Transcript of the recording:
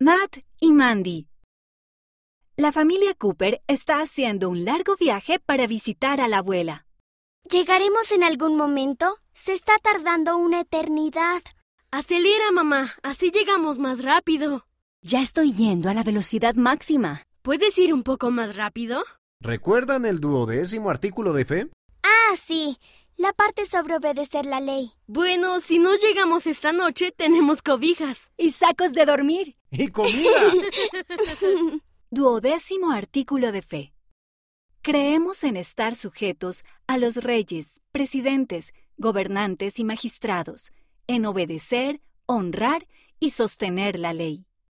Matt y Mandy. La familia Cooper está haciendo un largo viaje para visitar a la abuela. ¿Llegaremos en algún momento? Se está tardando una eternidad. Acelera, mamá. Así llegamos más rápido. Ya estoy yendo a la velocidad máxima. ¿Puedes ir un poco más rápido? ¿Recuerdan el duodécimo artículo de fe? Ah, sí. La parte sobre obedecer la ley. Bueno, si no llegamos esta noche, tenemos cobijas. Y sacos de dormir. ¡Y comida! Duodécimo artículo de fe. Creemos en estar sujetos a los reyes, presidentes, gobernantes y magistrados, en obedecer, honrar y sostener la ley.